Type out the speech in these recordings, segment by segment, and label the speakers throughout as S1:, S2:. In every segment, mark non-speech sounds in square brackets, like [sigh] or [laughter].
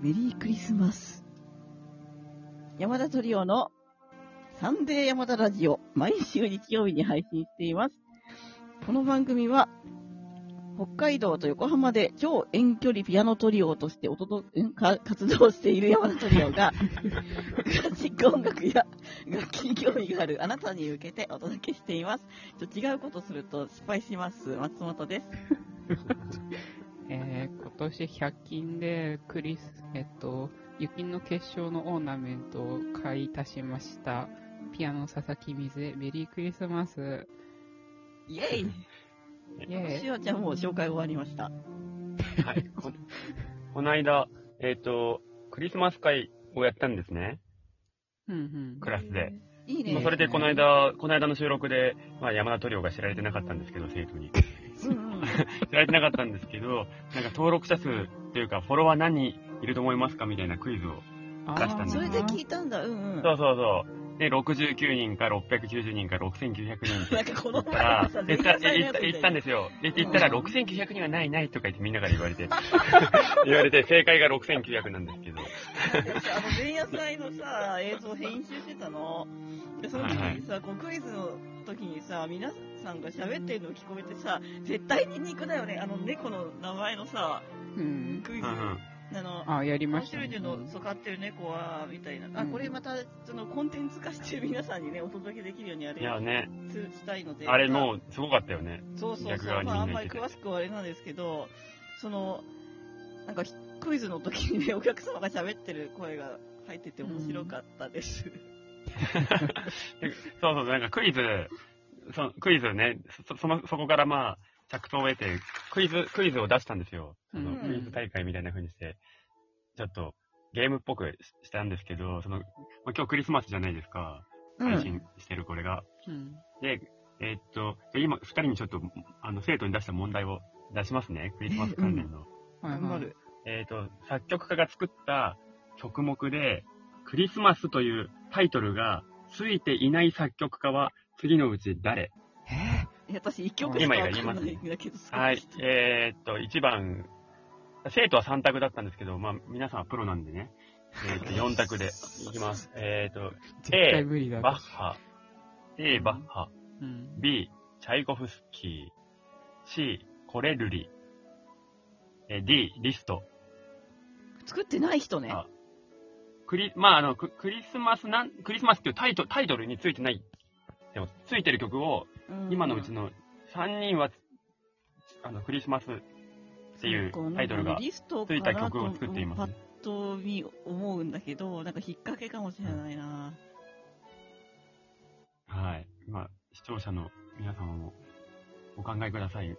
S1: メリークリスマス。
S2: 山田トリオのサンデー山田ラジオ、毎週日曜日に配信しています。この番組は、北海道と横浜で超遠距離ピアノトリオとしておとどん [laughs] か活動している山田トリオが、クラシック音楽や楽器に興味があるあなたに向けてお届けしています。ちょっと違うことすると失敗します。松本です。
S3: えー、今年100均でクリス、えっと、雪の結晶のオーナメントを買い足しました。ピアノ佐々木水江、メリークリスマス。
S2: イェイ
S3: イェ
S2: し
S3: イ。
S2: おちゃんもう紹介終わりました。
S4: はい。ここの間、えっ、と、クリスマス会をやったんですね。
S3: うんうん。
S4: クラスで。
S2: いい
S3: え
S2: ね。
S3: ー
S4: まあ、それでこの間、この間の収録で、まあ、山田塗料が知られてなかったんですけど、生徒に。知
S2: うん
S4: [laughs]
S2: うん
S4: られてなかったんですけど、なんか登録者数というか、フォロワー何人いると思いますかみたいなクイズを。
S3: あ
S4: 出し
S3: ー
S4: たんだ
S2: それで聞いたんだ。うんうん。
S4: そうそうそう。で、69人か690人か6900人って
S2: なんかこの前
S4: あ
S2: の [laughs]
S4: あ
S2: さ、
S4: 言
S2: 前
S4: った、
S2: 夜祭の
S4: 言った、
S2: やつ
S4: 言ったんですよ。で、言ったら、
S3: うん
S4: 6900人はないないとか言ってみんなから言われて。言われて、正解が6900なんですけど。
S2: [laughs] あの、前夜祭のさ、映像編集してたの。で、その時にさ、こうクイズの時にさ、皆さんが喋ってるの聞こえてさ、絶対に肉だよね。あの、猫の名前のさ、
S3: うん。
S2: クイ
S4: う
S2: ズ。
S4: んうん。
S2: あの、
S3: あー、やり
S2: マ
S3: ま
S2: ッ
S3: し
S2: シ
S3: た
S2: ュル
S3: ね。
S2: ジュのそう飼ってる猫は、みたいな。あ、これまた、その、コンテンツ化して皆さんにね、お届けできるようにあ
S4: い
S2: れ
S4: や
S2: を
S4: ね、
S2: 通知したいので。
S4: あれもう、すごかったよね。
S2: そうそう
S4: 逆
S2: そ
S4: 側
S2: う、
S4: に
S2: まあ、あん
S4: みんな
S2: まり
S4: 行けて
S2: 詳しくはあれなんですけど、その、なんかひクイズの時にね、お [laughs] 客様が喋ってる声が入ってて面白かったです。
S4: そうそう、なんかクイズ、そクイズね、そ、その、そこからまあ、着想を得て、クイズ、クイズを出したんですよ。その
S2: うん
S4: クイズ大会みたいな風にして、ちょっと、ゲームっぽくししたんですけど、その、まあ今日クリスマスじゃないですか。配信してるこれが。
S3: うん。
S4: で、えーっと、で今、二人にちょっと、あの、生徒に出した問題を出しますね。クリスマス関連の。
S3: はい
S2: 頑張
S3: はい。
S2: る。
S4: えーっと、作曲家が作った曲目で、クリスマスというタイトルがついていない作曲家は次のうち誰
S3: え
S2: いや私、一曲しかわかんないんだけど、
S4: はい
S2: す。
S4: えーっと、1番、生徒は3択だったんですけど、まあ、皆さんはプロなんでね。えー [laughs] っと、4択でいきます。えーっと、
S3: ー、絶対無理だ。
S4: バッハ。A、バッハ。
S3: うん。
S4: B、チャイコフスキー。C、コレルリ。えー D、リスト。
S2: 作ってない人ね。
S4: あクリ、まあ、あの、ククリスマスなん、クリスマスっていうタイトル、タイトルについてない。でも、ついてる曲を、
S2: うん
S4: 今のうちの3人は、あの、クリスマスっていうタイトルが
S2: リスト
S4: ついた曲を作ってい
S2: パ
S4: ます
S2: ッ
S4: ね。
S2: と見思うんだけど、なんか引っ掛けかもしれないな。
S4: はい。まあ、視聴者の皆様もお考えください。ね、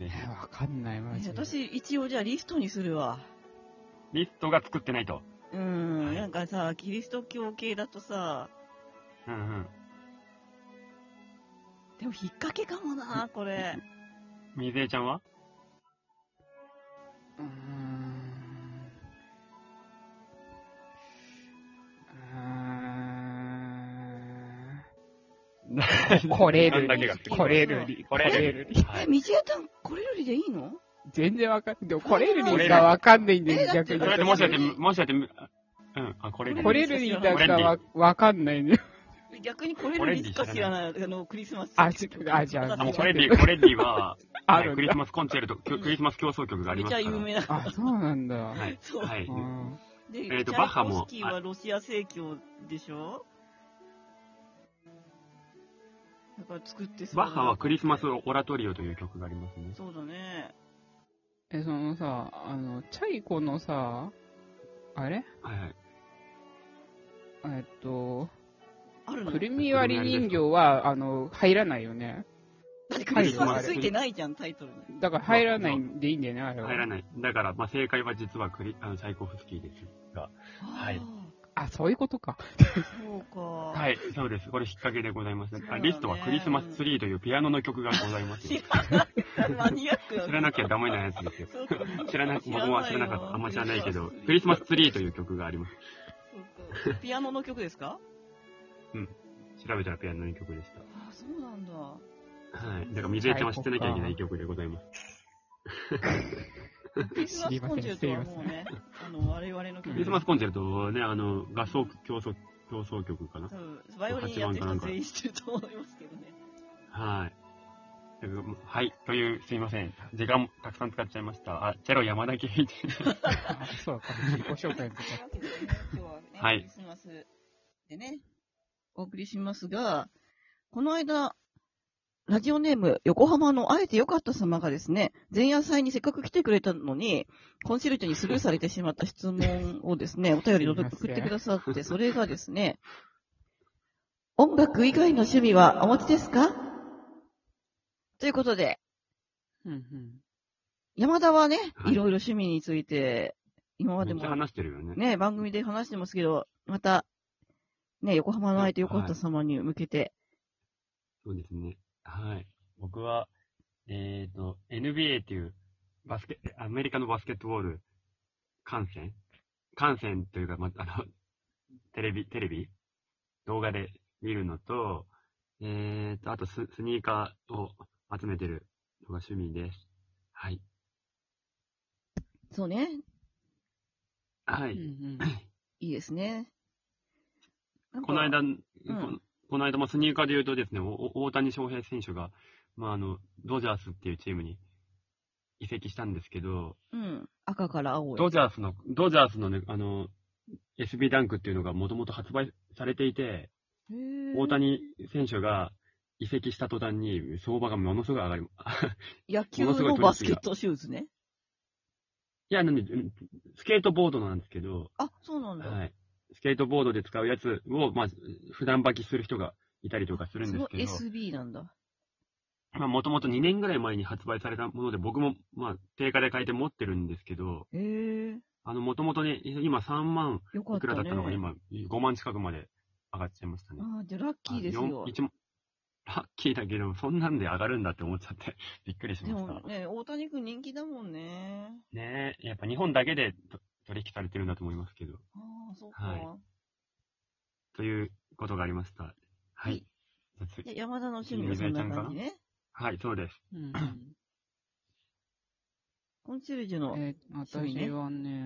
S3: えー、わかんない、マ
S2: いや
S3: ジで。
S2: 私、一応じゃあリストにするわ。
S4: リストが作ってないと。
S2: うん、
S4: はい
S2: なんかさ、キリスト教系だとさ、
S4: うんうん。
S2: でも引っ掛けかもな、これ。
S4: 水江ちゃんは
S3: うーんうーんこれる
S4: なんだけが
S3: り、これるり、
S4: これる
S3: り。
S2: え、
S4: はい。
S2: 道枝ちゃん、これよりでいいの
S3: 全然わかんない。でも、これるりがわかんないん
S2: え
S3: で
S2: だ
S3: す、
S2: って
S3: 逆
S4: それって
S3: に。
S4: もしかして、もしかして、うん、あ、これ
S3: こ
S4: る。
S3: れるりだかわわかんないんで。
S2: 逆にこれよりしか知らない、あの、クリスマス。
S3: あちあじゃあ
S4: あ、もうこれ
S3: る
S4: り、これりは、
S3: あ
S4: はい
S3: る
S4: ク
S3: ん
S4: リス
S3: だ。
S4: マスコンチェルト、ククリスマス競争曲があり
S2: め
S4: ま
S2: ち
S4: すか
S2: ゃ
S4: ら。
S2: 有名な。
S3: あ、そうなんだ。
S4: はい。
S2: そう
S4: はい。
S3: うん
S2: で、
S4: えー
S2: チャイコ
S4: と
S2: フ
S4: バッハも
S2: スキーはロシア正教でしょだから作ってそう
S4: バ
S2: だ
S4: ッハはクリスマスオラトリオという曲がありますね。
S2: そうだね。
S3: え、そのさ、あの、チャイコのさ、あれ
S4: はいはい。
S3: えっと、
S2: あるの
S3: くるみ割り人形は、あの、入らないよね。
S2: だってクリスマスついてないじゃん、タイトルに。
S3: だから入らないんでいいんだよね、あれは。
S4: 入らない。だから、まあ、正解は実はクリ、あの、チャイコフスキーですが。はい
S3: あ、そういうことか。
S2: あー。そうか。。
S4: はいい、そうです。これ引っ掛けでございます、
S2: そうだ
S4: あ
S2: ね
S4: リストはクリスマスツリーというピアノの曲がございます。
S2: 知
S4: 知
S2: らなかった。マニアックだね
S4: らなきゃダメなやつですよ。
S2: そうか
S4: 知らない、僕は知らなかった。あんま知らないけど、クリスマスツリーという曲があります。
S2: そうかピアノの曲ですか
S4: 調べたらピアノの曲でし
S2: あ、そうなんだ。
S4: た。はい。だから、水江ちゃんは知ってなきゃいけない曲でございます。
S2: クリスマスコンチェルトはもうね、あの、我々の曲
S4: クリスマスコンチェルトはね、あの、合奏競争、競争曲かな
S2: 多。分、バイオリンやってる人全員知ってると思いますけどね。
S4: はい。というはい。という、すいません。時間もたくさん使っちゃいました。あ、チェロ山田圭一。
S3: あそうか、自己紹
S2: とい
S3: 介のと
S2: う
S3: か。
S2: わけでね、今日はね、
S4: はい
S2: クリスマスでね、お送りしますが、この間、ラジオネーム、横浜のあえてよかった様がですね、前夜祭にせっかく来てくれたのに、コンシェルジュにスルーされてしまった質問をです
S4: [laughs]
S2: ね、お便りで送ってくださって、それがですね、音楽以外の趣味はお持ちですかということで、
S3: うんうん。
S2: 山田はね、
S4: はい
S2: いろいろ趣味について、今ま
S4: め
S2: で
S4: っ
S2: も
S4: ちゃ話してるよね。
S2: ね、番組で話してますけど、また、ね、横浜の相手横田様に向けて、
S4: そうですね。はい。僕は、えっ、と、NBA っていう、バスケ、アメリカのバスケットボール、観戦観戦というか、ま、あ [laughs] の、テレビ、テレビ動画で見るのと、えっ、と、あとススニーカーを集めてるのが趣味です。はい。
S2: そうね、
S4: は
S3: う
S4: い。
S3: ん
S2: いいですね。なんか
S4: この間、ここの間、まあ、スニーカーで言うとですね、おお大谷翔平選手が、まあ、あの、ドジャースっていうチームに移籍したんですけど、
S2: うん、赤から青へ。
S4: ドジャースの、ドジャースのね、あの、SB ダンクっていうのがもともと発売されていて、
S2: へー
S4: 大谷選手が移籍した途端に相場がものすごい上がり、 [laughs]
S2: 野球
S4: ものすごい
S2: の
S4: 取り
S2: バ
S4: 次
S2: ス
S4: ぎ
S2: ケ
S4: が
S2: ットシューズね。
S4: いや、なんで、うんスケートボードなんですけど、
S2: あ、そうなんだ。
S4: はい。スケートボードで使うやつを、まあ、普段履きする人がいたりとかするん
S2: そ
S4: です
S2: の
S4: けど、
S2: SB なんだ。
S4: まあ、もともと2年ぐらい前に発売されたもので、僕も、まあ、定価で買えて持ってるんですけど、
S2: へえ、
S4: あの、もともとね、今3万
S2: よか
S4: い
S2: っ
S4: く
S2: た
S4: らだっ
S2: ね。
S4: たのが、今5万近くまで上がっちゃいましたね。
S2: あーじゃあラッキーです
S4: あ
S2: よ
S4: 四。一もラッキーだけど、そんなんで上がるんだって思っちゃって、 [laughs] びっくりし
S2: で
S4: まし
S2: も
S4: た。
S2: ね、大谷君人気だもんね。
S4: ねえ、やっぱ日本だけでと取引されてるんだと思いますけど、
S2: ああ、そうか。
S4: はいということがありました。は
S2: はい
S4: い。じゃあつ
S2: で山田の趣味はそんな感じね。
S4: はい、そうです。
S3: うんうん。
S2: コンシェルジュの、
S3: えー私はね、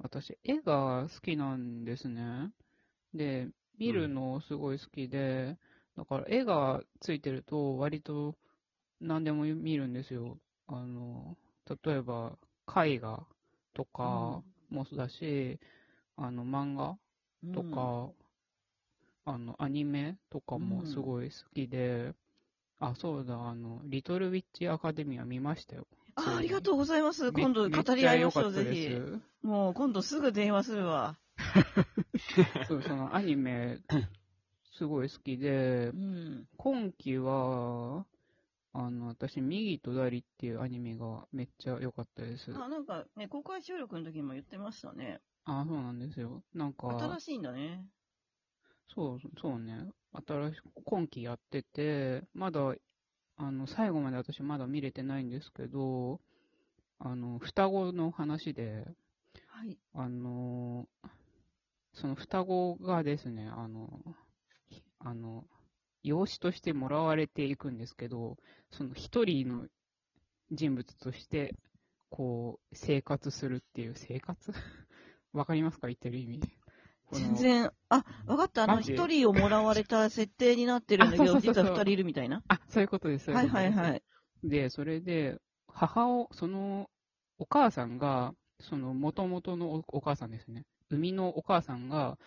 S3: 私、絵が好きなんですね。で、見るのすごい好きで、だから絵がついてると、割と何でも見るんですよ。あの、例えば、絵画とかもそうだし、あの、漫画
S2: うん
S3: とか、あの、アニメとかもすごい好きで、あ、そうだ、あの、リトルウィッチアカデミア見ましたよ。
S2: ああ、ありがとうございます。
S3: め
S2: 今度語り合いましょう、ぜ
S3: めっちゃ良
S2: ひ。
S3: かっ
S2: もう今度すぐ電話するわ。
S3: たですそう、そのアニ [laughs] メ、すごい好きで
S2: う、ん。
S3: 今期は、あの、私、右と左っていうアニメがめっちゃ良かったです。
S2: あ、なんかね、公開収録の時にも言ってましたね。
S3: あ、そうなんですよ。なんか
S2: 新、しいんだね。
S3: そう、そうね。新しく、今期やってて、まだ、あの、最後まで私まだ見れてないんですけど、あの、双子の話で、
S2: はい。
S3: あのーその双子がですね、あの、ひあの、養子としてもらわれていくんですけど、その一人の人物として、こう、生活するっていう生活 [laughs] わかりますか言ってる意味。この
S2: 全然、あ、わかった。あの、
S3: マジ
S2: 一人をもらわれた設定になってるんだけ
S3: あそ
S2: ど、
S3: うそうそうそ
S2: 実
S3: う
S2: は二人いるみたいな。
S3: あ、そういうことです。そう
S2: はい
S3: いうこと
S2: は
S3: で
S2: い
S3: す
S2: はい。
S3: で、それで、母を、その、お母さんが、その、元々のおお母さんですね。生みのお母さんが、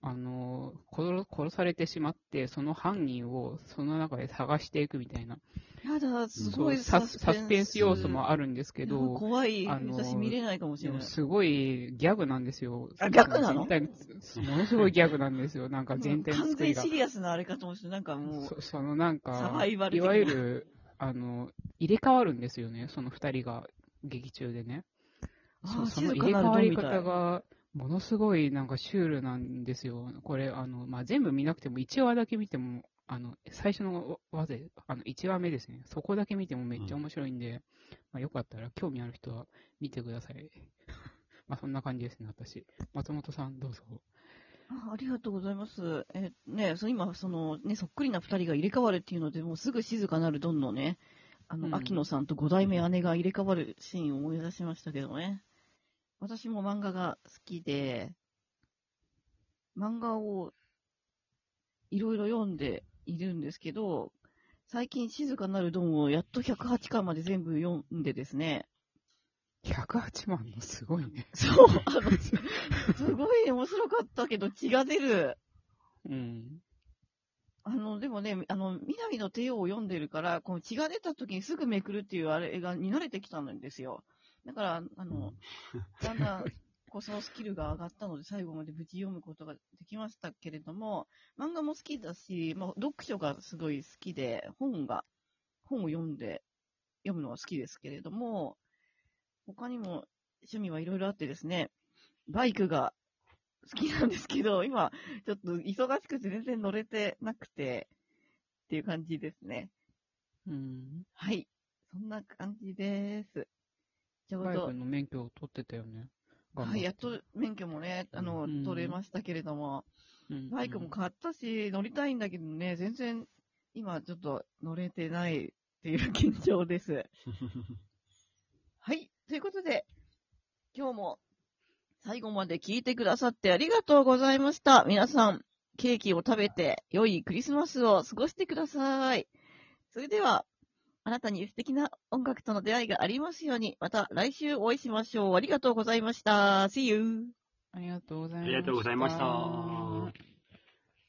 S3: あの、殺殺されてしまって、その犯人を、その中で探していくみたいな。
S2: やだ、すごい
S3: そうサスサスペンス要素もあるんですけ
S2: いや
S3: ど、
S2: 怖い。
S3: あの
S2: 私見れないかもし
S3: で
S2: れな
S3: も
S2: い。
S3: すごいギャグなんですよ。
S2: あギャグなの
S3: 全体ものすごいギャグなんですよ。なんか全体の
S2: 完
S3: 作
S2: 全
S3: り
S2: に
S3: が
S2: シ。リアスなあれかと思って、なんかもう、
S3: そそのなん
S2: サ
S3: か
S2: バイバ、ル
S3: い
S2: 的な
S3: わゆる、あの、入れ替わるんですよね、その二人が、劇中でね。
S2: あ
S3: そ
S2: あ、
S3: うその
S2: 静
S3: 入
S2: か
S3: れ替
S2: な
S3: わ
S2: る
S3: り
S2: みた
S3: 方
S2: い。
S3: が、ものすごいなんかシュールなんですよ。これ、あの、まあ、全部見なくても、1話だけ見ても、あの、最初のわぜ、あの、1話目ですね。そこだけ見てもめっちゃ面白いんで、まあ、よかったら、興味ある人は見てください。 [laughs] まあ、そんな感じですね、私。松本さん、どうぞ。
S2: あありがとうございます。え、ね、そう今、その、ね、そっくりな二人が入れ替わるっていうので、もうすぐ静かなるドンのね、あの、
S3: うん
S2: 秋野さんと五代目姉が入れ替わるシーンを思い出しましたけどね。私も漫画が好きで、漫画をいろいろ読んでいるんですけど、最近静かなるドンをやっと108巻まで全部読んでですね、
S3: 108万のすごいね。
S2: そう、あの、すごい面白かったけど血が出る。
S3: うん。
S2: あの、でもね、あの、南の帝王を読んでるから、この血が出た時にすぐめくるっていうあれが、に慣れてきたんですよ。だから、あの、だんだん、こう、そのスキルが上がったので、最後まで無事読むことができましたけれども、漫画も好きだし、まあ、読書がすごい好きで、本が、本を読んで、読むのは好きですけれども、他にも趣味はいろいろあってですね、バイクが好きなんですけど、今、ちょっと忙しくて全然乗れてなくて、っていう感じですね。
S3: うん。
S2: はい。そんな感じです。ちょう
S3: バイ
S2: ど
S3: ク、の免許を取ってたよね。頑張
S2: は
S3: て
S2: い、やっと免許もね、あの、
S3: うん
S2: 取れましたけれども、
S3: うん
S2: バイクも買ったし、乗りたいんだけどね、全然、今ちょっと乗れてないっていう現状です。はい。ということで、今日も最後まで聞いてくださってありがとうございました。皆さん、ケーキを食べて良いクリスマスを過ごしてください。それでは、あなたに素敵な音楽との出会いがありますように、また来週お会いしましょう。ありがとうございました。See you!
S3: ありがとうございました。
S4: ありがとうございました。